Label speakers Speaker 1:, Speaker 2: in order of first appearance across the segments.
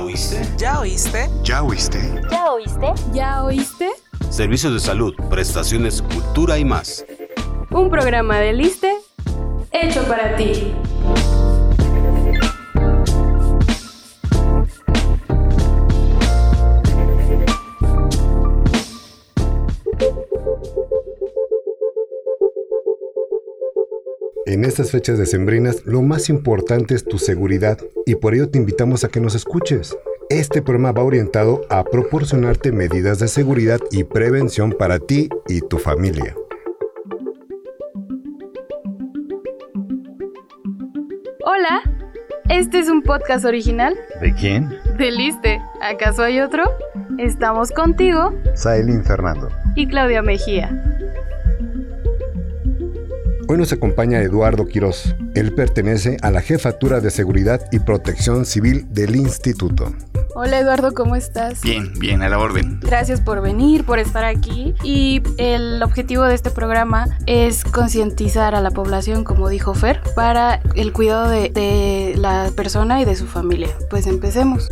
Speaker 1: oíste?
Speaker 2: ¿Ya oíste?
Speaker 3: ¿Ya oíste?
Speaker 4: ¿Ya oíste?
Speaker 5: ¿Ya oíste?
Speaker 6: Servicios de salud, prestaciones, cultura y más.
Speaker 5: Un programa de Liste hecho para ti.
Speaker 7: En estas fechas decembrinas, lo más importante es tu seguridad y por ello te invitamos a que nos escuches. Este programa va orientado a proporcionarte medidas de seguridad y prevención para ti y tu familia.
Speaker 5: Hola, este es un podcast original
Speaker 8: ¿De quién?
Speaker 5: de Liste. ¿Acaso hay otro? Estamos contigo
Speaker 8: Saelin Fernando.
Speaker 5: y Claudia Mejía.
Speaker 7: Hoy nos acompaña Eduardo Quirós. Él pertenece a la Jefatura de Seguridad y Protección Civil del Instituto.
Speaker 5: Hola Eduardo, ¿cómo estás?
Speaker 8: Bien, bien, a la orden.
Speaker 5: Gracias por venir, por estar aquí. Y el objetivo de este programa es concientizar a la población, como dijo Fer, para el cuidado de, de la persona y de su familia. Pues empecemos.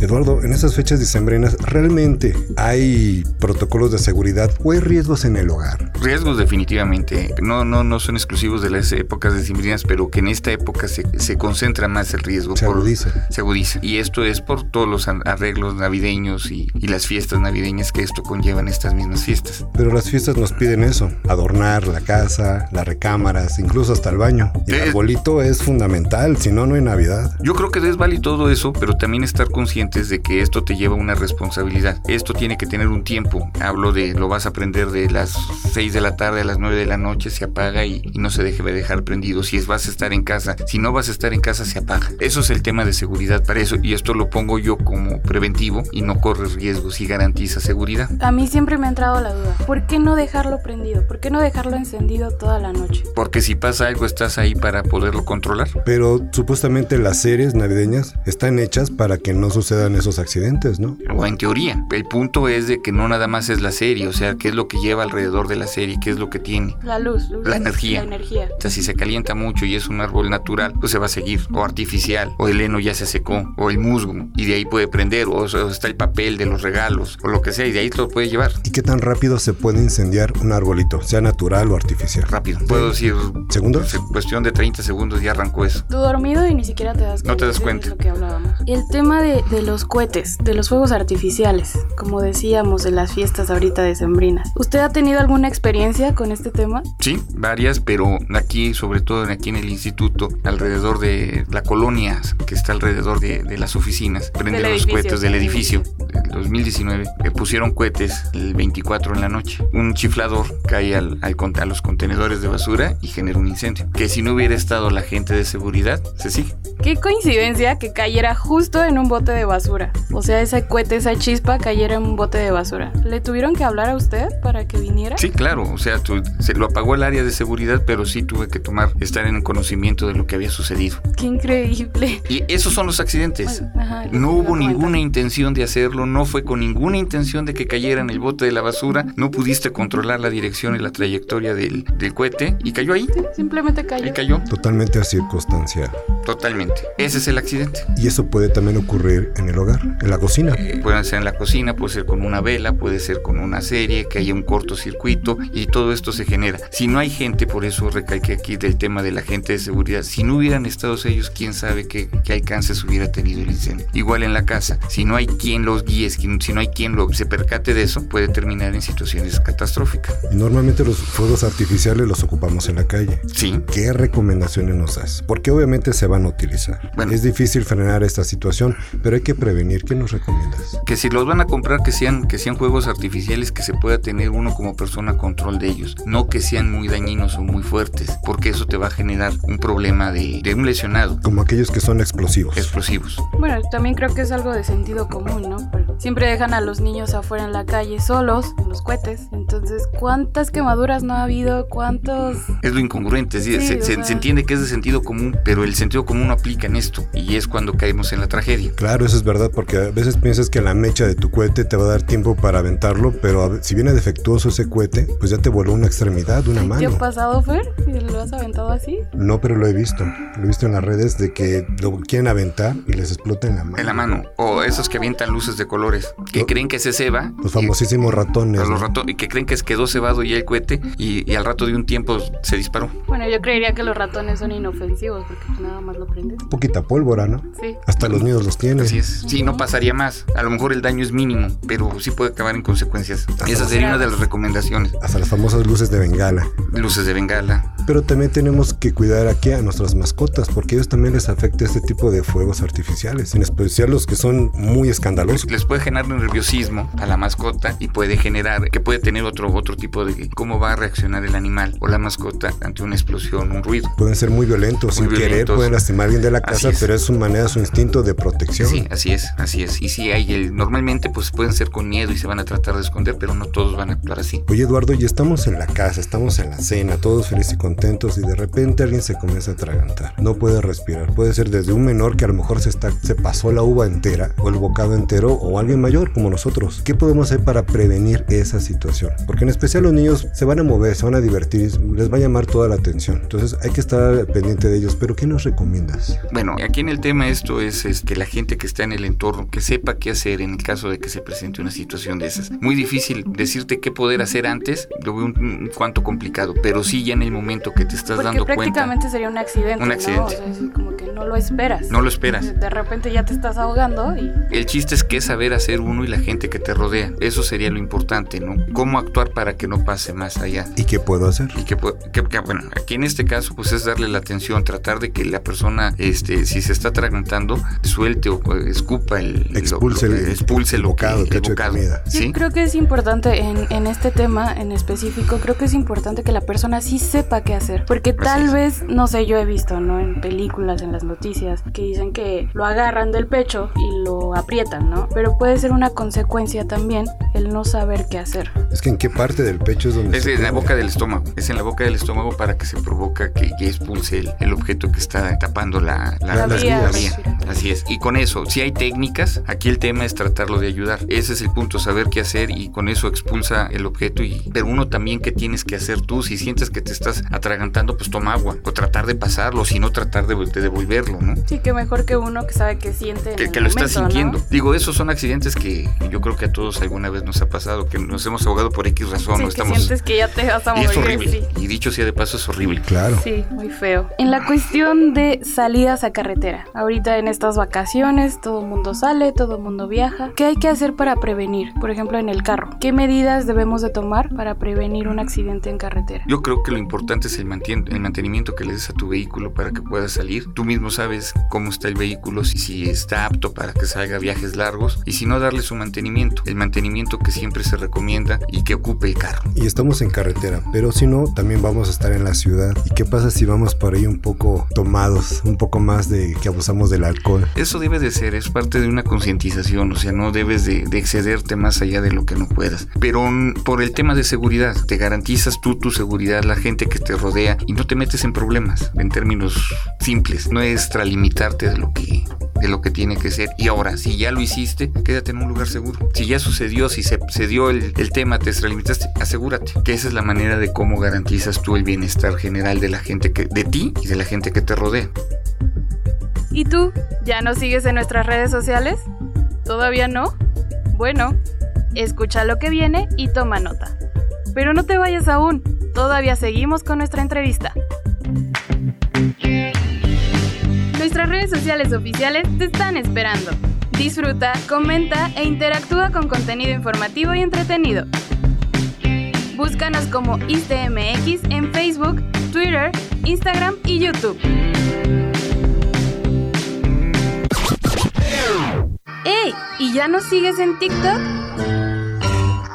Speaker 7: Eduardo, en estas fechas dicembrinas, ¿realmente hay protocolos de seguridad o hay riesgos en el hogar?
Speaker 8: Riesgos definitivamente. No, no, no son exclusivos de las épocas decembrinas, pero que en esta época se, se concentra más el riesgo.
Speaker 7: Se
Speaker 8: por-
Speaker 7: agudiza.
Speaker 8: se agudiza. Y esto es por todos los an- arreglos navideños y, y las fiestas navideñas que esto conllevan estas mismas fiestas.
Speaker 7: Pero las fiestas nos piden eso, adornar la casa, las recámaras, incluso hasta el baño. Y el
Speaker 8: Sí.
Speaker 7: arbolito es fundamental, si no, no hay Navidad.
Speaker 8: Yo creo que es válido todo eso, pero también estar conscientes de que esto te lleva a una responsabilidad. Esto tiene que tener un tiempo. Hablo de lo vas a prender de las 6 de la tarde a las 9 de la noche, se apaga y, y no se deje de dejar prendido. Si es, vas a estar en casa, si no vas a estar en casa, se apaga. Eso es el tema de seguridad para eso y esto lo pongo yo como preventivo y no corres riesgos y garantiza seguridad.
Speaker 5: A mí siempre me ha entrado la duda, ¿por qué no dejarlo prendido? ¿Por qué no dejarlo encendido toda la noche?
Speaker 8: Porque si pasa algo, estás ahí para poderlo controlar.
Speaker 7: Pero supuestamente las series navideñas están hechas para que no sucedan esos accidentes, ¿no?
Speaker 8: O en teoría. El punto es de que no nada más es la serie, o sea, qué es lo que lleva alrededor de la serie, qué es lo que tiene.
Speaker 5: La luz, luz.
Speaker 8: La energía.
Speaker 5: La energía.
Speaker 8: O sea, si se calienta mucho y es un árbol natural, pues se va a seguir. O artificial, o el heno ya se secó, o el musgo, y de ahí puede prender, o, o está el papel de los regalos, o lo que sea, y de ahí lo puede llevar
Speaker 7: ¿Y qué tan rápido se puede incendiar un arbolito, sea natural o artificial?
Speaker 8: rápido. Puedo decir,
Speaker 7: ¿Segundos?
Speaker 8: pues, en cuestión de 30 segundos ya arrancó eso.
Speaker 5: Tú dormido y ni siquiera te das cuenta.
Speaker 8: No te das
Speaker 5: Eso es
Speaker 8: cuenta.
Speaker 5: lo que hablábamos. Y el tema de, de los cohetes, de los fuegos artificiales, como decíamos de las fiestas ahorita decembrinas. ¿Usted ha tenido alguna experiencia con este tema?
Speaker 8: Sí, varias, pero aquí, sobre todo aquí en el instituto, alrededor de la colonia que está alrededor de, de las oficinas, prenden
Speaker 5: Del
Speaker 8: los
Speaker 5: edificio.
Speaker 8: cohetes del edificio. En 2019 eh, pusieron cohetes el 24 en la noche. Un chiflador cae al, al con- a los contenedores de basura y genera un incendio. Que si no hubiera estado la gente de seguridad, se sigue.
Speaker 5: Qué coincidencia que cayera justo en un bote de basura. O sea, ese cohete, esa chispa cayera en un bote de basura. ¿Le tuvieron que hablar a usted para que viniera?
Speaker 8: Sí, claro, o sea, tu- se lo apagó el área de seguridad, pero sí tuve que tomar, estar en conocimiento de lo que había sucedido.
Speaker 5: Qué increíble.
Speaker 8: Y esos son los accidentes.
Speaker 5: Bueno, ajá,
Speaker 8: No
Speaker 5: me
Speaker 8: hubo
Speaker 5: doy cuenta.
Speaker 8: ninguna intención de hacerlo, no fue con ninguna intención de que cayera en el bote de la basura, no pudiste controlar la dirección y la trayectoria del, del cohete y cayó ahí.
Speaker 5: Simplemente cayó.
Speaker 8: Ahí cayó
Speaker 7: Totalmente circunstancial.
Speaker 8: totalmente. Ese es el accidente.
Speaker 7: Y eso puede también ocurrir en el hogar, en la cocina.
Speaker 8: Eh, Pueden ser en la cocina, puede ser con una vela, puede ser con una serie, que haya un cortocircuito y todo esto se genera. Si no hay gente, por eso recalqué aquí del tema de la gente de seguridad, si no hubieran estado ellos, quién sabe qué, qué alcances hubiera tenido el incendio. Igual en la casa, si no hay quien los guíe, si si no hay quien lo, se percate de eso, puede terminar en situaciones catastróficas.
Speaker 7: Y normalmente los fuegos artificiales los ocupamos en la calle.
Speaker 8: Sí,
Speaker 7: ¿Qué recomendaciones nos das? Porque obviamente se van a utilizar.
Speaker 8: Bueno.
Speaker 7: Es difícil frenar esta situación, pero hay que prevenir. ¿Qué nos recomiendas?
Speaker 8: que si los van a comprar que sean que sean juegos artificiales que se pueda tener uno como persona control de ellos no que sean muy dañinos o muy fuertes porque eso te va a generar un problema de, de un lesionado
Speaker 7: Como aquellos que son explosivos.
Speaker 8: explosivos
Speaker 5: Bueno, también creo que es algo de sentido común, ¿no? Pero siempre dejan a los niños afuera en la calle solos, en los cohetes. Entonces, ¿cuántas quemaduras no ha habido? ¿Cuántos...?
Speaker 8: es lo incongruente sí,
Speaker 5: Sí,
Speaker 8: se,
Speaker 5: o
Speaker 8: se-
Speaker 5: sea.
Speaker 8: se entiende que es de sentido común pero el sentido modo como uno aplica en esto y es cuando caemos en la tragedia.
Speaker 7: Claro, eso es verdad, porque a veces piensas que la mecha de tu cohete te va a dar tiempo para aventarlo, pero a ve- si viene defectuoso ese cohete, pues ya te voló una extremidad, una
Speaker 5: ¿Te ha
Speaker 7: mano.
Speaker 5: pasado, Fer? ¿Y ¿Lo has aventado así?
Speaker 7: No, pero lo he visto. Lo he visto en las redes de que lo quieren aventar y les explota en la mano.
Speaker 8: En la mano. O esos que avientan luces de colores. Que
Speaker 7: Lo-
Speaker 8: creen que se ceba.
Speaker 7: Los
Speaker 8: y-
Speaker 7: famosísimos ratones.
Speaker 8: a
Speaker 7: ¿no?
Speaker 8: los rato- y que creen que quedó cebado ya el cohete y, y al rato de un tiempo se disparó.
Speaker 5: Bueno, yo creería que los ratones son inofensivos porque pues, nada más lo prendes.
Speaker 7: Poquita pólvora, ¿no?
Speaker 5: Sí.
Speaker 7: Hasta los niños los tienen.
Speaker 8: Así es. Sí, no pasaría más. A lo mejor el daño es mínimo, pero sí puede acabar en consecuencias. Esa sería una de las recomendaciones.
Speaker 7: Hasta las famosas luces de bengala.
Speaker 8: Luces de bengala.
Speaker 7: Pero también tenemos que cuidar aquí a nuestras mascotas porque a ellos también les afecta este tipo de fuegos artificiales, en especial los que son muy escandalosos.
Speaker 8: Les puede generar un nerviosismo a la mascota y puede generar que puede tener otro, otro tipo de cómo va a reaccionar el animal o la mascota ante una explosión, un ruido.
Speaker 7: Pueden ser muy violentos,
Speaker 8: Muy
Speaker 7: sin querer
Speaker 8: violentos.
Speaker 7: pueden lastimar a alguien de la casa,
Speaker 8: Así es.
Speaker 7: pero es su manera, su instinto de protección.
Speaker 8: Sí, así es, así es. Y sí hay el, normalmente pues pueden ser con miedo y se van a tratar de esconder, pero no todos van a actuar así.
Speaker 7: Oye Eduardo, ya estamos en la casa, estamos en la cena, todos felices y contentos y de repente alguien se comienza a atragantar. No puede respirar, puede ser desde un menor que a lo mejor se, está, se pasó la uva entera o el bocado entero o alguien mayor como nosotros. ¿Qué podemos hacer para prevenir esa situación? Porque en especial los niños se van a mover, se van a divertir, les va a llamar toda la atención. Entonces hay que estar pendiente de ellos, pero ¿qué nos recomiendas?
Speaker 8: Bueno, aquí en el tema esto es, es que la gente que está en el entorno, que sepa qué hacer en el caso de que se presente una situación de esas. Muy difícil decirte qué poder hacer antes, lo veo un, un cuanto complicado, pero sí ya en el momento que te estás
Speaker 5: Porque
Speaker 8: dando cuenta,
Speaker 5: prácticamente sería un accidente.
Speaker 8: Un
Speaker 5: ¿no?
Speaker 8: accidente.
Speaker 5: O sea, es como que no lo esperas.
Speaker 8: no lo esperas.
Speaker 5: De repente ya te estás ahogando y
Speaker 8: El chiste es que es saber hacer uno y la gente que te rodea. Eso sería lo importante, ¿no? Cómo actuar para que no pase más allá.
Speaker 7: ¿Y qué puedo hacer?
Speaker 8: y que, pu- que- que, bueno aquí en este caso pues es darle la atención tratar de que la persona este si se está atragantando suelte o eh, escupa el lo-
Speaker 7: Expulse
Speaker 8: lo-
Speaker 7: el-
Speaker 8: expulse
Speaker 7: el
Speaker 8: lo que-
Speaker 7: bocado,
Speaker 8: el
Speaker 7: cacho de
Speaker 8: bocado,
Speaker 7: comida.
Speaker 5: Yo
Speaker 8: sí
Speaker 5: creo que es importante en, en este tema en específico, creo que es importante que la persona sí sepa qué hacer, porque tal
Speaker 8: es.
Speaker 5: vez, no sé, yo he visto, ¿no? En películas, en las noticias, que dicen que lo agarran del pecho y lo aprietan, ¿no? Pero puede ser una consecuencia también el no saber qué hacer.
Speaker 7: Es que en qué parte del pecho es donde...
Speaker 8: es
Speaker 7: se
Speaker 8: en la
Speaker 7: prende?
Speaker 8: boca del estómago es en la boca del estómago para que se provoca que, que expulse el, el objeto que está tapando la,
Speaker 7: La vía
Speaker 8: la
Speaker 5: respiratoria.
Speaker 8: así es y con eso si hay técnicas aquí el tema es tratarlo de ayudar ese es el punto saber qué hacer y con eso expulsa el objeto y pero uno también qué tienes que hacer tú si sientes que te estás atragantando pues toma agua o tratar de pasarlo si no tratar de, de devolverlo no
Speaker 5: Sí, que mejor que uno que sabe que siente. en
Speaker 8: que,
Speaker 5: el
Speaker 8: que lo estás
Speaker 5: momento, ¿no?
Speaker 8: sintiendo. Digo, esos son accidentes que yo creo que a todos alguna vez nos ha pasado, que nos hemos ahogado por X razón,
Speaker 5: Sí,
Speaker 8: no
Speaker 5: que
Speaker 8: estamos
Speaker 5: sientes que ya te vas a
Speaker 8: y
Speaker 5: morir.
Speaker 8: es horrible.
Speaker 5: sí.
Speaker 8: Y dicho sea de paso, es horrible.
Speaker 7: Claro.
Speaker 5: Sí, muy feo. En la cuestión de salidas a carretera, ahorita en estas vacaciones todo el mundo sale, todo el mundo viaja. ¿Qué hay que hacer para prevenir? Por ejemplo, en el carro. ¿Qué medidas debemos de tomar para prevenir un accidente en carretera?
Speaker 8: Yo creo que lo importante es el, mantien- el mantenimiento que le des a tu vehículo para que pueda salir. Tú mismo sabes cómo está el vehículo, si, si está apto para que salga a viajes largos y si no, darle su mantenimiento. El mantenimiento que siempre se recomienda y que ocupe el carro.
Speaker 7: y estamos en carretera, pero si no, también vamos a estar en la ciudad. ¿Y qué pasa si vamos por ahí un poco tomados, un poco más de que abusamos del alcohol?
Speaker 8: Eso debe de ser, es parte de una concientización, o sea, no debes de, de excederte más allá de lo que no puedas. Pero mm, por el tema de seguridad, te garantizas tú tu seguridad, la gente que te rodea y no te metes en problemas, en términos simples, no es extralimitarte de lo que de lo que tiene que ser. Y ahora, si ya lo hiciste, quédate en un lugar seguro. Si ya sucedió, si se, se dio el, el tema, te extralimitaste, asegúrate. Que esa es la manera de cómo garantizas tú el bienestar general de la gente que, de ti y de la gente que te rodea.
Speaker 5: ¿Y tú? ¿Ya nos sigues en nuestras redes sociales? ¿Todavía no? Bueno, escucha lo que viene y toma nota. Pero no te vayas aún, todavía seguimos con nuestra entrevista. Nuestras redes sociales oficiales te están esperando. Disfruta, comenta e interactúa con contenido informativo y entretenido. Búscanos como ISTMX en Facebook, Twitter, Instagram y YouTube. ¡Ey! ¿Y ya nos sigues en TikTok?
Speaker 1: Oh no.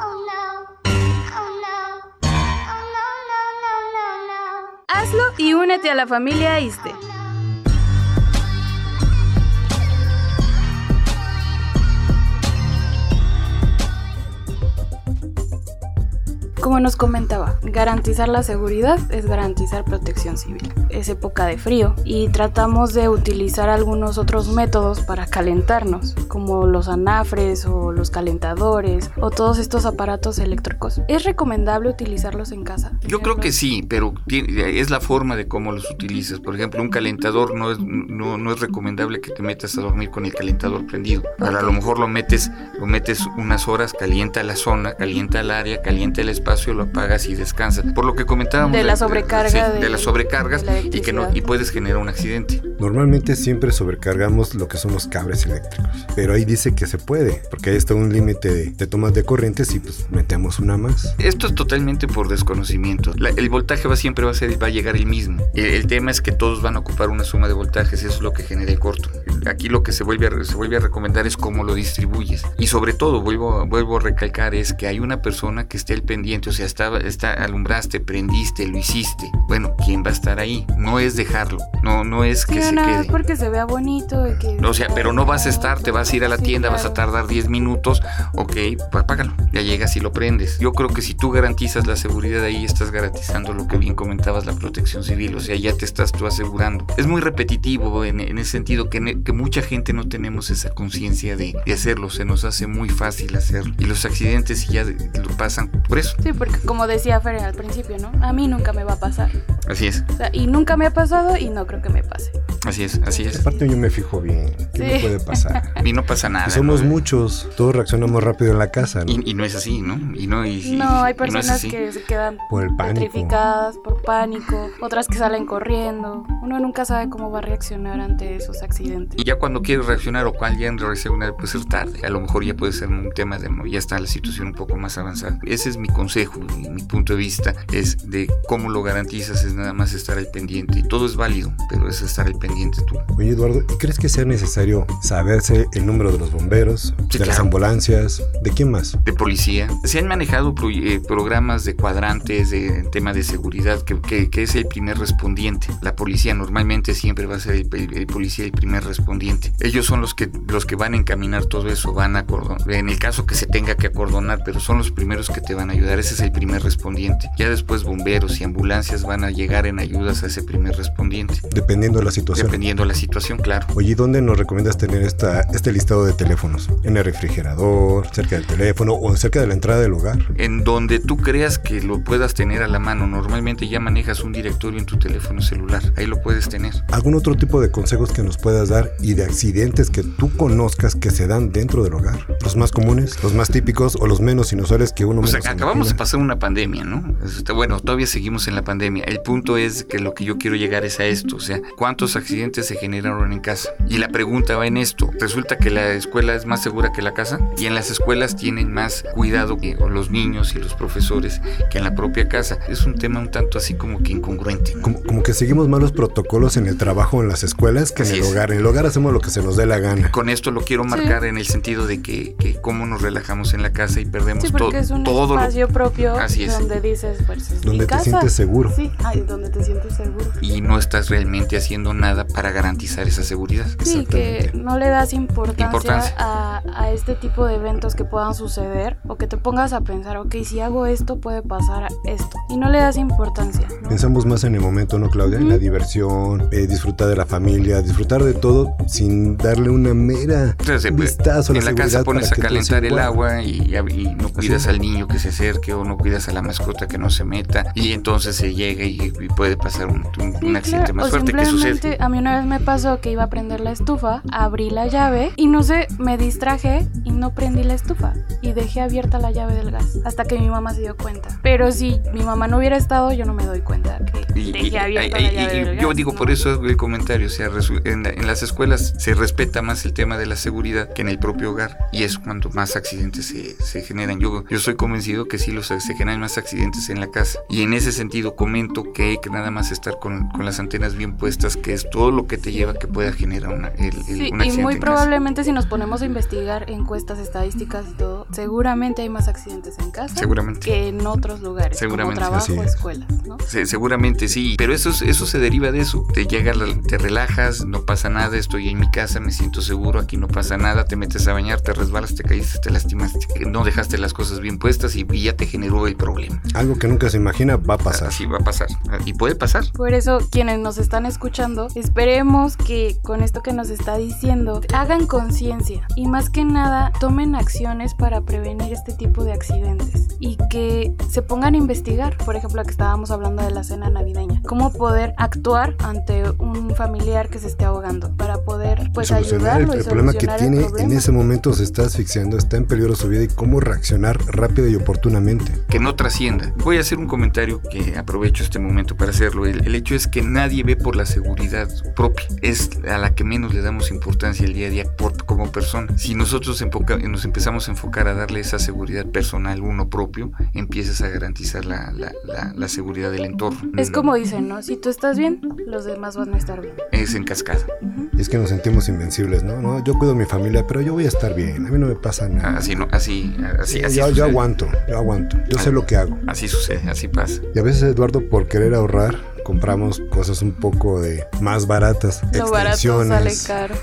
Speaker 1: Oh no. Oh no, no, no, no, no.
Speaker 5: Hazlo y únete a la familia ISTE. Como nos comentaba, garantizar la seguridad es garantizar protección civil. Es época de frío y tratamos de utilizar algunos otros métodos para calentarnos, como los anafres o los calentadores o todos estos aparatos eléctricos. ¿Es recomendable utilizarlos en casa?
Speaker 8: Yo creo que sí, pero tiene- es la forma de cómo los utilizas. Por ejemplo, un calentador no es, no, no es recomendable que te metas a dormir con el calentador prendido. Ahora, a lo mejor lo metes, lo metes unas horas, calienta la zona, calienta el área, calienta el espacio, lo apagas y descansas. Por lo que comentábamos
Speaker 5: De la sobrecarga
Speaker 8: sí,
Speaker 5: de-
Speaker 8: de las sobrecargas
Speaker 5: de la
Speaker 8: y que no
Speaker 5: electricidad.
Speaker 8: y puedes generar un accidente.
Speaker 7: Normalmente siempre sobrecargamos lo que son los cables eléctricos, pero ahí dice que se puede, porque ahí está un límite de, de tomas de corrientes y pues metemos una más.
Speaker 8: Esto es totalmente por desconocimiento. La- el voltaje va siempre va a ser, va a llegar el mismo. El, el tema es que todos van a ocupar una suma de voltajes, eso es lo que genera el corto. Aquí lo que se vuelve a, re- se vuelve a recomendar es cómo lo distribuyes. Y sobre todo, vuelvo, vuelvo a recalcar, es que hay una persona que esté al pendiente, o sea, está, está, alumbraste, prendiste, lo hiciste. Bueno, ¿quién va a estar ahí? No es dejarlo, no, no es que
Speaker 5: Sí,
Speaker 8: se
Speaker 5: una
Speaker 8: quede.
Speaker 5: vez porque se vea bonito y que...
Speaker 8: O sea, pero no vas a estar, te vas a ir a la
Speaker 5: Sí,
Speaker 8: tienda, vas a
Speaker 5: claro.
Speaker 8: tardar 10 minutos, ok, pues apágalo, ya llegas y lo prendes. Yo creo que si tú garantizas la seguridad ahí, estás garantizando lo que bien comentabas, la protección civil, o sea, ya te estás tú asegurando. Es muy repetitivo en, en ese sentido que, ne- que mucha gente no tenemos esa conciencia de, de hacerlo, se nos hace muy fácil hacerlo. Y los accidentes ya de- lo pasan por eso,
Speaker 5: Sí, porque como decía Fer al principio, ¿no? A mí nunca me va a pasar.
Speaker 8: así es,
Speaker 5: O sea, y nunca me ha pasado y no creo que me pase.
Speaker 8: así es, así es.
Speaker 7: Aparte yo me fijo bien, ¿qué me
Speaker 5: Sí.
Speaker 7: puede pasar?
Speaker 8: Y no pasa nada.
Speaker 7: Y somos
Speaker 8: ¿no?
Speaker 7: muchos, todos reaccionamos rápido en la casa, ¿no?
Speaker 8: Y, y no es así, ¿no? Y no, y- y-
Speaker 5: No, hay
Speaker 8: y es
Speaker 5: personas
Speaker 8: así.
Speaker 5: que se quedan
Speaker 7: Por el pánico.
Speaker 5: petrificadas por pánico, otras que salen corriendo. Uno nunca sabe cómo va a reaccionar ante esos accidentes.
Speaker 8: Y ya cuando quieres reaccionar o cuando ya reaccionar puede ser tarde. A lo mejor ya puede ser un tema de ya está la situación un poco más avanzada. Ese es mi consejo y mi punto de vista es de cómo lo garantizas es nada más estar al pendiente. Y todo es válido, pero es estar al pendiente tú.
Speaker 7: Oye Eduardo, ¿y crees que sea necesario saberse el número de los bomberos, de
Speaker 8: Sí,
Speaker 7: las
Speaker 8: claro.
Speaker 7: ambulancias, de quién más?
Speaker 8: de policía. Se han manejado pro- eh, programas de cuadrantes, de tema de seguridad, que, que- que es el primer respondiente. La policía normalmente siempre va a ser el, el- el policía el primer respondiente. Ellos son los que, los que van a encaminar todo eso, van a acordon- en el caso que se tenga que acordonar, pero son los primeros que te van a ayudar. Ese es el primer respondiente. Ya después bomberos y ambulancias van a llegar en ayudas a ese primer respondiente,
Speaker 7: Dependiendo de la situación.
Speaker 8: dependiendo la situación, claro.
Speaker 7: Oye, ¿y ¿dónde nos recomiendas tener esta, este listado de teléfonos? ¿En el refrigerador, cerca del teléfono o cerca de la entrada del hogar?
Speaker 8: en donde tú creas que lo puedas tener a la mano. Normalmente ya manejas un directorio en tu teléfono celular, ahí lo puedes tener.
Speaker 7: ¿Algún otro tipo de consejos que nos puedas dar y de accidentes que tú conozcas que se dan dentro del hogar? ¿Los más comunes, los más típicos o los menos inusuales que uno
Speaker 8: O sea,
Speaker 7: menos
Speaker 8: acabamos de
Speaker 7: imagina?
Speaker 8: pasar una pandemia, ¿no? Este, Bueno, todavía seguimos en la pandemia. El punto es que lo que yo quiero llegar es a esto, o sea, ¿cuántos accidentes se generaron en casa? Y la pregunta va en esto. Resulta que la escuela es más segura que la casa y en las escuelas tienen más cuidado que o los niños y los profesores que en la propia casa. Es un tema un tanto así como que incongruente. ¿no?
Speaker 7: Como, como que seguimos malos protocolos en el trabajo, en las escuelas, que en
Speaker 8: Así
Speaker 7: el
Speaker 8: es.
Speaker 7: hogar. En el hogar hacemos lo que se nos dé la gana.
Speaker 8: Con esto lo quiero marcar en el sentido de que, que cómo nos relajamos en la casa y perdemos
Speaker 5: Sí,
Speaker 8: to-
Speaker 5: porque es un
Speaker 8: todo lo-
Speaker 5: espacio propio
Speaker 8: Así es.
Speaker 5: donde dices, pues es
Speaker 7: Donde
Speaker 5: mi
Speaker 7: te
Speaker 5: casa.
Speaker 7: sientes seguro.
Speaker 5: Sí, ay, donde te sientes seguro.
Speaker 8: y no estás realmente haciendo nada para garantizar esa seguridad.
Speaker 5: Sí, que
Speaker 7: Exactamente.
Speaker 5: no le das importancia,
Speaker 8: Importancia.
Speaker 5: A, a este tipo de eventos que puedan suceder o que te pongas a pensar, ok, si hago esto puede pasar esto. Y no le das importancia. ¿no?
Speaker 7: Pensamos más en el momento, ¿no, Claudia? En la
Speaker 5: Ujú.
Speaker 7: diversión, eh, disfrutar de la familia, disfrutar de todo sin darle una mera
Speaker 8: Entonces, pues,
Speaker 7: vistazo a la
Speaker 8: en la casa
Speaker 7: seguridad
Speaker 8: pones
Speaker 7: para
Speaker 8: a
Speaker 7: que todo se
Speaker 8: calentar el
Speaker 7: pueda.
Speaker 8: agua y, y no cuidas
Speaker 7: es.
Speaker 8: al niño que se acerque o no cuidas a la mascota que no se meta y entonces se llega y, y puede pasar un, un-
Speaker 5: Sí,
Speaker 8: un accidente
Speaker 5: claro,
Speaker 8: más
Speaker 5: o
Speaker 8: fuerte que sucede.
Speaker 5: simplemente, A mí una vez me pasó que iba a prender la estufa, abrí la llave y no sé, me distraje y no prendí la estufa y dejé abierta la llave del gas hasta que mi mamá se dio cuenta. Pero si mi mamá no hubiera estado, yo no me doy cuenta que
Speaker 8: Y- y-
Speaker 5: dejé abierta
Speaker 8: y-
Speaker 5: la
Speaker 8: y-
Speaker 5: llave
Speaker 8: y
Speaker 5: del gas.
Speaker 8: yo digo
Speaker 5: ¿no?
Speaker 8: por eso el comentario, o sea, resu- en, la- en las escuelas se respeta más el tema de la seguridad que en el propio hogar y es cuando más accidentes se, se generan. Yo, yo soy convencido que sí los, se generan más accidentes en la casa y en ese sentido comento que hay que nada más estar con, con las antenas bien puestas, que es todo lo que te lleva que pueda generar una, el, el-
Speaker 5: Sí,
Speaker 8: un accidente.
Speaker 5: y muy
Speaker 8: en casa.
Speaker 5: probablemente si nos ponemos a investigar encuestas estadísticas y todo, seguramente hay más accidentes en casa
Speaker 8: Seguramente.
Speaker 5: que en otros lugares,
Speaker 8: Seguramente,
Speaker 5: como
Speaker 7: así
Speaker 5: trabajo,
Speaker 7: es.
Speaker 5: escuelas, ¿no?
Speaker 8: Se- seguramente sí, pero eso, es- eso se deriva de eso. Te llega, la- te relajas, no pasa nada, estoy en mi casa, me siento seguro, aquí no pasa nada, te metes a bañar, te resbalas, te caíste, te lastimaste, no dejaste las cosas bien puestas y, y ya te generó el problema.
Speaker 7: Algo que nunca se imagina va a pasar.
Speaker 8: Así va a pasar. Y puede pasar.
Speaker 5: Por eso, quienes nos están escuchando, esperemos que con esto que nos está diciendo, hagan conciencia y más que nada tomen acciones para prevenir este tipo de accidentes y que se pongan a investigar, por ejemplo, que estábamos hablando de la cena navideña, cómo poder actuar ante un familiar que se esté ahogando para poder pues
Speaker 7: solucionar el,
Speaker 5: ayudarlo y
Speaker 7: el problema que
Speaker 5: solucionar el
Speaker 7: tiene en
Speaker 5: problema.
Speaker 7: ese momento se está asfixiando, está en peligro su vida y cómo reaccionar rápido y oportunamente.
Speaker 8: que no trascienda. Voy a hacer un comentario que aprovecho este momento para hacerlo. El, el hecho es que nadie ve por la seguridad propia. Es a la que menos le damos importancia el día a día por- como persona. Si nosotros enfoca- nos empezamos a enfocar a darle esa seguridad personal uno propio, empiezas a garantizar la, la- la- la seguridad del entorno.
Speaker 7: Mm.
Speaker 5: Es como dicen, ¿no? Si tú estás bien, los demás van a estar bien.
Speaker 8: Es en cascada.
Speaker 7: Y es que nos sentimos invencibles, ¿no? No, yo cuido a mi familia, pero yo voy a estar bien, a mí no me pasa nada.
Speaker 8: Así, no, así, así, así
Speaker 7: yo, yo
Speaker 8: sucede.
Speaker 7: aguanto, yo aguanto, yo sé lo que hago.
Speaker 8: Así sucede, así pasa.
Speaker 7: Y a veces, Eduardo, por querer ahorrar, compramos cosas un poco de más baratas,
Speaker 5: Lo barato sale
Speaker 7: extensiones,
Speaker 5: caro.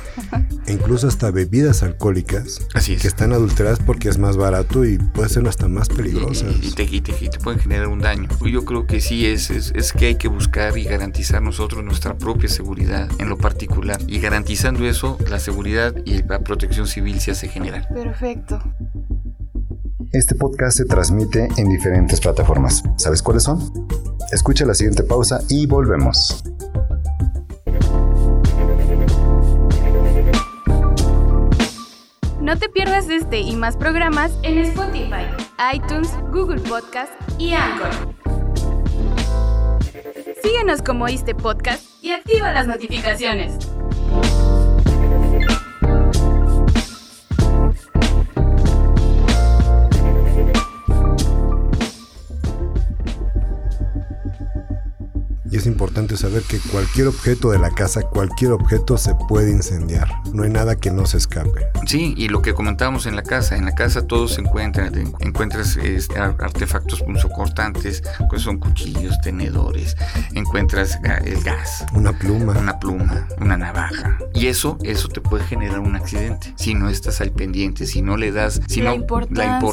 Speaker 7: e incluso hasta bebidas alcohólicas
Speaker 8: Así
Speaker 7: que
Speaker 8: es.
Speaker 7: están adulteradas porque es más barato y puede ser hasta más peligrosas.
Speaker 8: Y, y te, y te- y te pueden generar un daño. Yo creo que sí, es, es, es que hay que buscar y garantizar nosotros nuestra propia seguridad en lo particular. Y garantizando eso, la seguridad y la protección civil se hace general.
Speaker 5: Perfecto.
Speaker 2: Este podcast se transmite en diferentes plataformas. ¿Sabes cuáles son? Escucha la siguiente pausa y volvemos.
Speaker 5: No te pierdas este y más programas en Spotify, iTunes, Google Podcast y Anchor. Síguenos como este podcast y activa las notificaciones.
Speaker 7: Y es importante saber que cualquier objeto de la casa, cualquier objeto se puede incendiar. No hay nada que no se escape.
Speaker 8: Sí, y lo que comentábamos en la casa, en la casa todos se encuentran, te encu- encuentras este, ar- artefactos punzocortantes, que son cuchillos, tenedores, encuentras ga- el gas,
Speaker 7: Una pluma.
Speaker 8: una pluma, una navaja. Y eso, eso te puede generar un accidente. Si no estás al pendiente, si no le das, si
Speaker 5: la
Speaker 8: no
Speaker 5: importancia,
Speaker 8: la
Speaker 5: que se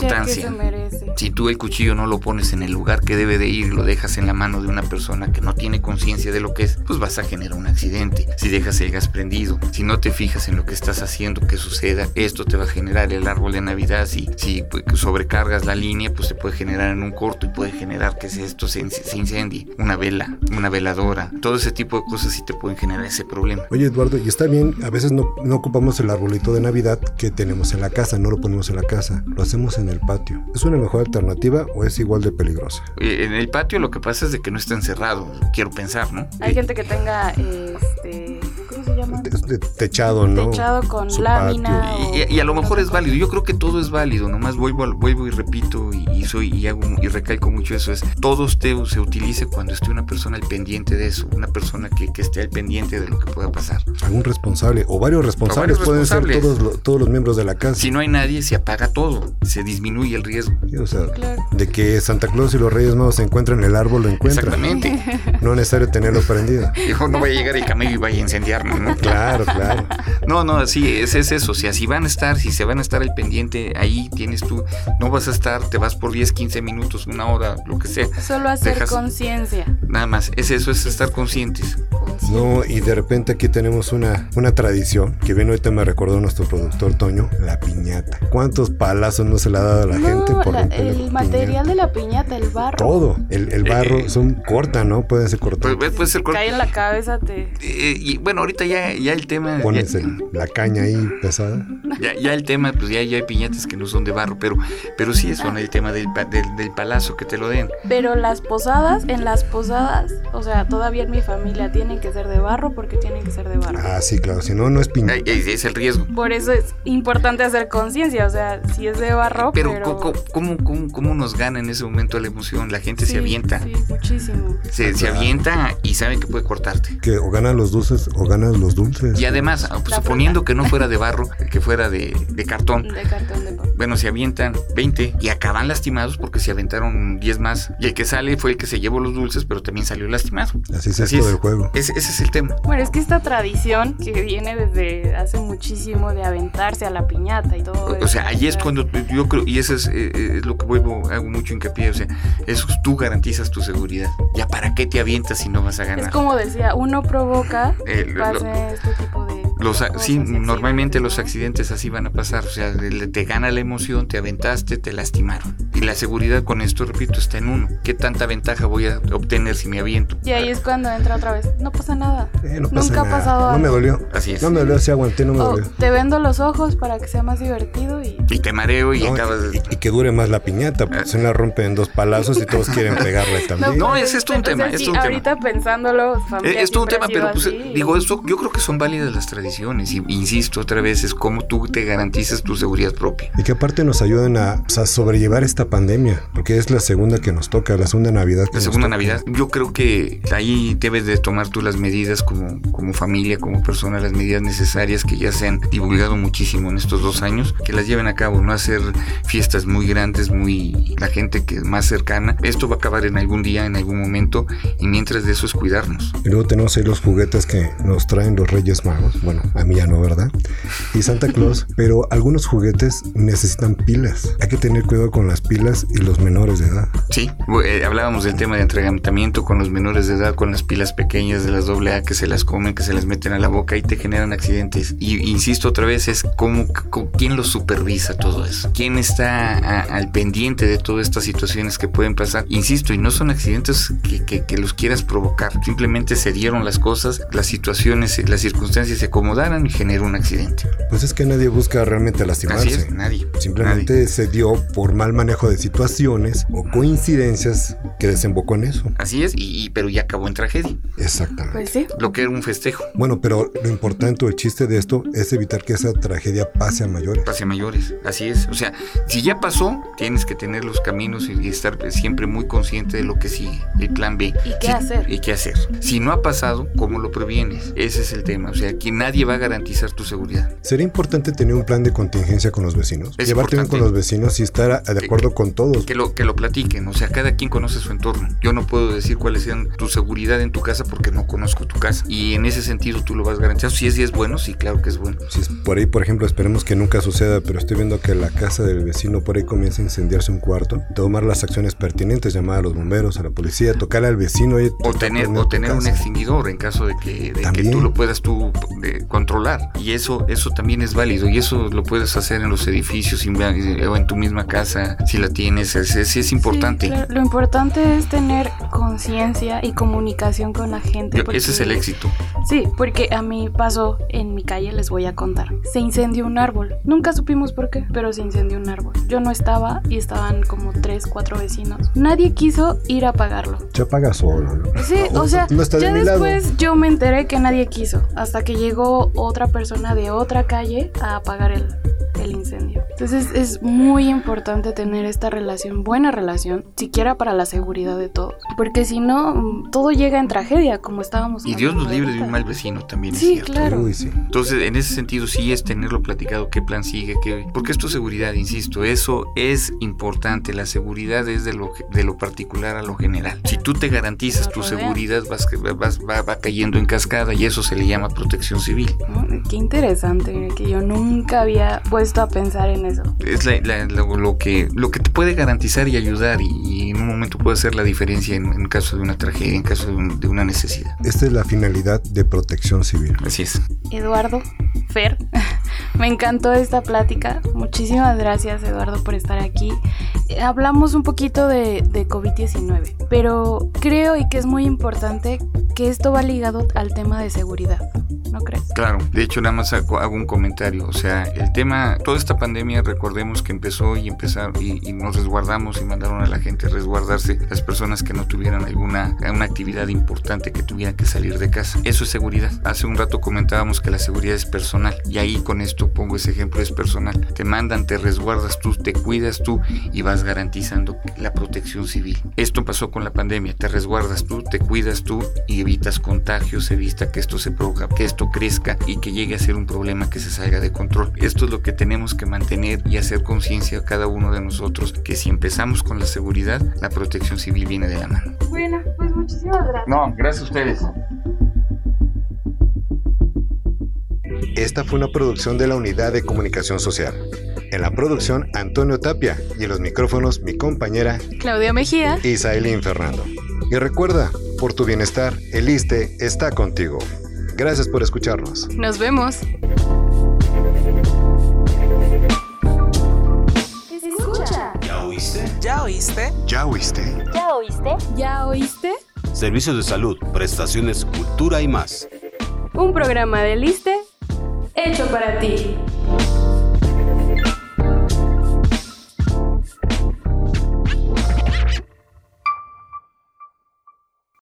Speaker 8: importancia.
Speaker 5: merece.
Speaker 8: Si tú el cuchillo no lo pones en el lugar que debe de ir, lo dejas en la mano de una persona que no tiene conciencia de lo que es, pues vas a generar un accidente. Si dejas el gas prendido, si no te fijas en lo que estás haciendo que suceda, esto te va a generar el árbol de Navidad. Si, si pues, sobrecargas la línea, pues te puede generar en un corto y puede generar que se- esto se, inc- se incendie. Una vela, una veladora, todo ese tipo de cosas sí te pueden generar ese problema.
Speaker 7: Oye Eduardo, y está bien, a veces no, no ocupamos el arbolito de Navidad que tenemos en la casa, no lo ponemos en la casa, lo hacemos en el patio. ¿Es una mejor alternativa o es igual de peligrosa?
Speaker 8: Eh, En el patio lo que pasa es de que no está encerrado, quiero pensar, ¿no?
Speaker 5: Hay gente que tenga este, ¿cómo se llama?
Speaker 7: Es de techado, ¿no?
Speaker 5: Techado con
Speaker 7: Su
Speaker 5: lámina.
Speaker 8: Y, y- y a lo mejor es válido, yo creo que todo es válido, nomás vuelvo, al- vuelvo y repito y, y soy y hago mu- y recalco mucho eso, es todo este se utilice cuando esté una persona al pendiente de eso, una persona que, que esté al pendiente de lo que pueda pasar.
Speaker 7: Algún responsable o varios responsables,
Speaker 8: varios
Speaker 7: pueden ser
Speaker 8: responsables.
Speaker 7: todos, lo- todos los miembros de la casa.
Speaker 8: Si no hay nadie, se apaga todo, se disminuye el riesgo.
Speaker 7: O sea,
Speaker 5: Claro.
Speaker 7: de que Santa Claus y los Reyes Magos se encuentran en el árbol, lo encuentran.
Speaker 8: Exactamente.
Speaker 7: No es necesario tenerlo prendido.
Speaker 8: Dijo, no vaya a llegar el camello y vaya a incendiarnos, ¿no?
Speaker 7: Claro, claro.
Speaker 8: No, no, sí, es, es eso. O sea, si van a estar, si se van a estar al pendiente, ahí tienes tú, no vas a estar, te vas por 10, 15 minutos, una hora, lo que sea.
Speaker 5: Solo hacer
Speaker 8: Dejas-
Speaker 5: conciencia.
Speaker 8: Nada más, es eso, es estar conscientes.
Speaker 7: No, y de repente aquí tenemos una, una tradición que bien ahorita me recordó nuestro productor Toño, la piñata. ¿Cuántos palazos no se le ha dado a la gente
Speaker 5: No,
Speaker 7: por
Speaker 5: la-
Speaker 7: romper
Speaker 5: el material de la piñata, el barro.
Speaker 7: Todo, el, el barro, son corta, ¿no? Pueden ser cortas.
Speaker 8: Eh, Pues, pues, puede ser cor-
Speaker 5: Cae en la cabeza, te...
Speaker 8: Eh, y bueno, ahorita ya, ya el tema.
Speaker 7: Pones
Speaker 8: Ya,
Speaker 7: el- la caña ahí pesada.
Speaker 8: ya- ya el tema, pues ya, ya hay piñatas que no son de barro, pero, pero sí son el tema del, pa- del, del palazo que te lo den.
Speaker 5: Pero las posadas, en las posadas, o sea, todavía en mi familia tienen que ser de barro porque tienen que ser de barro.
Speaker 7: Ah, sí, claro, si no, no es piña.
Speaker 8: Ahí- ahí Es el riesgo.
Speaker 5: Por eso es importante hacer conciencia, o sea, si es de barro,
Speaker 8: Pero,
Speaker 5: pero...
Speaker 8: co- co- ¿cómo, cómo, cómo nos gana en ese momento la emoción? La gente
Speaker 5: Sí,
Speaker 8: se avienta.
Speaker 5: Sí, muchísimo.
Speaker 8: Se, se
Speaker 7: Claro.
Speaker 8: avienta y sabe que puede cortarte.
Speaker 7: Que o ganan los dulces o ganan los dulces.
Speaker 8: Y además, ah, pues, suponiendo que no fuera de barro, que fuera de, de cartón,
Speaker 5: De cartón de papel.
Speaker 8: bueno, se avientan 20 y acaban lastimados porque se aventaron 10 más. Y el que sale fue el que se llevó los dulces, pero también salió lastimado.
Speaker 7: Así es
Speaker 8: Así
Speaker 7: esto
Speaker 8: es.
Speaker 7: del juego.
Speaker 8: Ese, ese es el tema.
Speaker 5: Bueno, es que esta tradición que viene desde hace muchísimo de aventarse a la piñata y todo.
Speaker 8: O-
Speaker 5: eso,
Speaker 8: O sea, ahí es cuando tú- yo creo, y eso es, eh, eh, es lo que vuelvo, hago mucho hincapié, o sea, eso es- tú garantizas tu seguridad. ¿Ya para qué te avientas si no vas a ganar?
Speaker 5: Es como decía, uno provoca
Speaker 8: Eh,
Speaker 5: que
Speaker 8: lo-
Speaker 5: pase este tipo de.
Speaker 8: Los, a- sí,
Speaker 5: cosas y
Speaker 8: normalmente los
Speaker 5: accidentes,
Speaker 8: accidentes así van a pasar, o sea, le- te gana la emoción, te aventaste, te lastimaron. Y la seguridad con esto, repito, está en uno. ¿Qué tanta ventaja voy a obtener si me aviento?
Speaker 5: ¿no? Y ahí es cuando entra otra vez. No pasa nada.
Speaker 7: Eh, no pasa
Speaker 5: Nunca ha
Speaker 7: nada. Oh.
Speaker 5: pasado
Speaker 7: No me
Speaker 5: algo.
Speaker 7: dolió.
Speaker 8: Así es.
Speaker 7: No me dolió, sí aguanté, no me
Speaker 5: O
Speaker 7: dolió.
Speaker 5: Oh, te vendo los ojos para que sea más divertido y.
Speaker 8: Y te mareo y
Speaker 7: No,
Speaker 8: acabas...
Speaker 7: y, y que dure más la piñata, porque si no la rompen en dos palazos y todos quieren pegarle también.
Speaker 8: No,
Speaker 5: pues,
Speaker 8: ese es todo un
Speaker 5: o sea,
Speaker 8: tema, es
Speaker 5: sí,
Speaker 8: todo un tema.
Speaker 5: ahorita pensándolo,
Speaker 8: Eh,
Speaker 5: familia
Speaker 8: Es todo un tema,
Speaker 5: siempre
Speaker 8: pero
Speaker 5: ha
Speaker 8: pues,
Speaker 5: sido
Speaker 8: eh,
Speaker 5: así.
Speaker 8: digo, eso, yo creo que son válidas las tradiciones. Y insisto otra vez, es cómo tú te garantizas tu seguridad propia.
Speaker 7: Y que aparte nos ayuden a, o sea, sobrellevar esta pandemia, porque es la segunda que nos toca, la segunda Navidad. que
Speaker 8: La
Speaker 7: nos
Speaker 8: segunda
Speaker 7: toca.
Speaker 8: Navidad, yo creo que ahí debes de tomar tú las medidas como, como familia, como persona, las medidas necesarias que ya se han divulgado muchísimo en estos dos años, que las lleven a cabo, no hacer fiestas muy grandes, muy la gente que es más cercana. Esto va a acabar en algún día, en algún momento, y mientras de eso es cuidarnos.
Speaker 7: Y luego tenemos ahí los juguetes que nos traen los Reyes Magos. Bueno, a mí ya no, ¿verdad? Y Santa Claus. pero algunos juguetes necesitan pilas. Hay que tener cuidado con las pilas y los menores de edad.
Speaker 8: Sí, eh, hablábamos del tema de entregamiento con los menores de edad, con las pilas pequeñas de las AA que se las comen, que se las meten a la boca y te generan accidentes. Y insisto otra vez, es cómo, cómo- quién los supervisa todo eso, quién está a- al pendiente de todas estas situaciones que pueden pasar. Insisto, y no son accidentes que, que- que los quieras provocar, simplemente se dieron las cosas, las situaciones, las circunstancias se acomodaron y generó un accidente.
Speaker 7: Pues es que nadie busca realmente lastimarse.
Speaker 8: Así es, nadie.
Speaker 7: Simplemente
Speaker 8: nadie.
Speaker 7: se dio por mal manejo de situaciones o coincidencias que desembocó en eso.
Speaker 8: Así es, y, y- pero ya acabó en tragedia,
Speaker 7: Exactamente.
Speaker 5: Pues sí.
Speaker 8: lo que era un festejo.
Speaker 7: Bueno, pero lo importante o el chiste de esto es evitar que esa tragedia pase a mayores.
Speaker 8: pase mayores. Así es. O sea, si ya pasó, tienes que tener los caminos y estar siempre muy consciente de lo que sigue, el plan B.
Speaker 5: ¿Y qué
Speaker 8: Si-
Speaker 5: hacer?
Speaker 8: ¿Y qué hacer? Si no ha pasado, ¿cómo lo previenes? Ese es el tema. O sea, que nadie va a garantizar tu seguridad.
Speaker 7: Sería importante tener un plan de contingencia con los vecinos.
Speaker 8: Es
Speaker 7: Llevarte bien con los
Speaker 8: importante.
Speaker 7: vecinos y estar a- de acuerdo con todos.
Speaker 8: Que lo, que lo platiquen. O sea, cada quien conoce su entorno. Yo no puedo decir cuáles sean tu seguridad en tu casa porque no conozco tu casa. Y en ese sentido tú lo vas garantizando. Si es 10 bueno, sí, claro que es bueno.
Speaker 7: Si es por ahí, por ejemplo, esperemos que nunca suceda, pero estoy viendo que la casa del vecino por ahí comienza a incendiarse un cuarto, tomar las acciones pertinentes, llamar a los bomberos, a la policía, tocar al vecino y
Speaker 8: O tener, o tener un extinguidor en caso de que, de que
Speaker 7: También.
Speaker 8: tú lo puedas tú eh, controlar. Y eso, eso también es válido. Y eso lo puedes hacer en los edificios inva- o en tu misma casa, si la tienes. Es, es, es importante.
Speaker 5: Sí, claro, Lo importante es tener conciencia y comunicación con la gente.
Speaker 8: Yo- Ese es el
Speaker 5: porque-
Speaker 8: éxito.
Speaker 5: Sí, porque a mí pasó en mi calle, les voy a contar. Se incendió un árbol. Nunca supimos por qué, pero se incendió un árbol. Yo no estaba y estaban como tres, cuatro vecinos. Nadie quiso ir a apagarlo.
Speaker 7: Ya paga solo, ¿no?
Speaker 5: Sí,
Speaker 7: No,
Speaker 5: o sea,
Speaker 7: no está de
Speaker 5: ya
Speaker 7: mi lado.
Speaker 5: después yo me enteré que nadie quiso, hasta que llegó otra persona de otra calle a apagar el, el incendio. Entonces es muy importante tener esta relación, buena relación, siquiera para la seguridad de todos, porque si no, mm, todo llega en tragedia, como estábamos.
Speaker 8: Y Dios nos
Speaker 5: hablando
Speaker 8: libre de un
Speaker 5: ahorita.
Speaker 8: mal vecino también. es
Speaker 5: Sí,
Speaker 8: cierto.
Speaker 5: claro.
Speaker 7: Uy, sí.
Speaker 8: Entonces, en ese sentido, sí es tenerlo platicado, qué plan sigue, qué... Porque es tu seguridad, insisto, eso es importante. La seguridad es de lo, ge- de lo particular a lo general. Si tú te garantizas tu seguridad, vas, que- vas- va, va cayendo en cascada y eso se le llama protección civil.
Speaker 5: ¿no? Qué interesante, mira, que yo nunca había puesto a pensar en eso.
Speaker 8: Es la- la- lo, lo que, lo que te puede garantizar y ayudar y, y en un momento puede hacer la diferencia en, en caso de una tragedia, en caso de, un- de una necesidad.
Speaker 7: Esta es la finalidad de protección civil.
Speaker 8: Así es.
Speaker 5: Eduardo, Fer, Me encantó esta plática. Muchísimas gracias, Eduardo, por estar aquí. Eh, Hablamos un poquito de, de COVID-19, pero creo y que es muy importante que esto va ligado al tema de seguridad, ¿no crees?
Speaker 8: Claro, de hecho nada más hago hago un comentario, o sea, el tema, toda esta pandemia recordemos que empezó y empezaron y, y nos resguardamos y mandaron a la gente a resguardarse las personas que no tuvieran alguna una actividad importante que tuvieran que salir de casa. Eso es seguridad. Hace un rato comentábamos que la seguridad es personal y ahí con esto pongo ese ejemplo es personal. Te mandan, te resguardas tú, te cuidas tú y vas garantizando la protección civil. Esto pasó con la pandemia, te resguardas tú, te cuidas tú y evitas contagios, evita que esto se provoca, que esto crezca y que llegue a ser un problema que se salga de control. Esto es lo que tenemos que mantener y hacer conciencia cada uno de nosotros que si empezamos con la seguridad, la protección civil viene de la mano.
Speaker 1: Bueno, pues muchísimas gracias.
Speaker 8: No, gracias a ustedes.
Speaker 7: Esta fue una producción de la Unidad de Comunicación Social. En la producción, Antonio Tapia y en los micrófonos, mi compañera
Speaker 5: Claudia Mejía.
Speaker 7: Isaelín Fernando. Y recuerda, por tu bienestar, el ISTE está contigo. Gracias por escucharnos.
Speaker 5: Nos vemos.
Speaker 1: Escucha.
Speaker 6: ¿Ya oíste?
Speaker 4: ¿Ya oíste?
Speaker 7: Ya oíste.
Speaker 1: ¿Ya oíste?
Speaker 5: ¿Ya oíste?
Speaker 6: Servicios de salud, prestaciones, cultura y más.
Speaker 5: Un programa de Liste hecho para ti.